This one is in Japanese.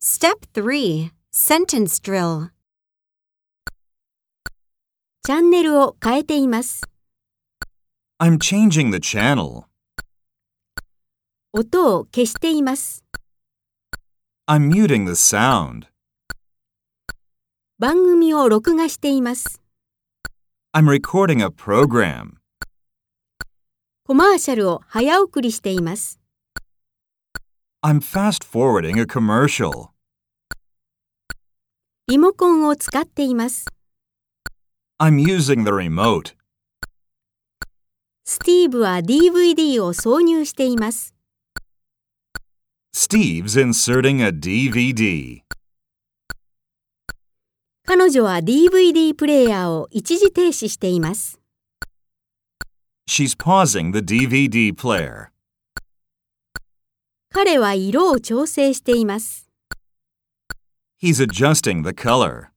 Step 3 Sentence Drill チャンネルを変えています。 I'm changing the channel. 音を消しています。 I'm muting the sound. 番組を録画しています。 I'm recording a program. コマーシャルを早送りしています。 I'm fast forwarding a commercial. リモコンを使っています。 I'm using the remote. スティーブは DVD を挿入しています。 Steve's inserting a DVD. 彼女は DVD プレイヤーを一時停止しています。 She's pausing the DVD player. 彼は色を調整しています。 He's adjusting the color.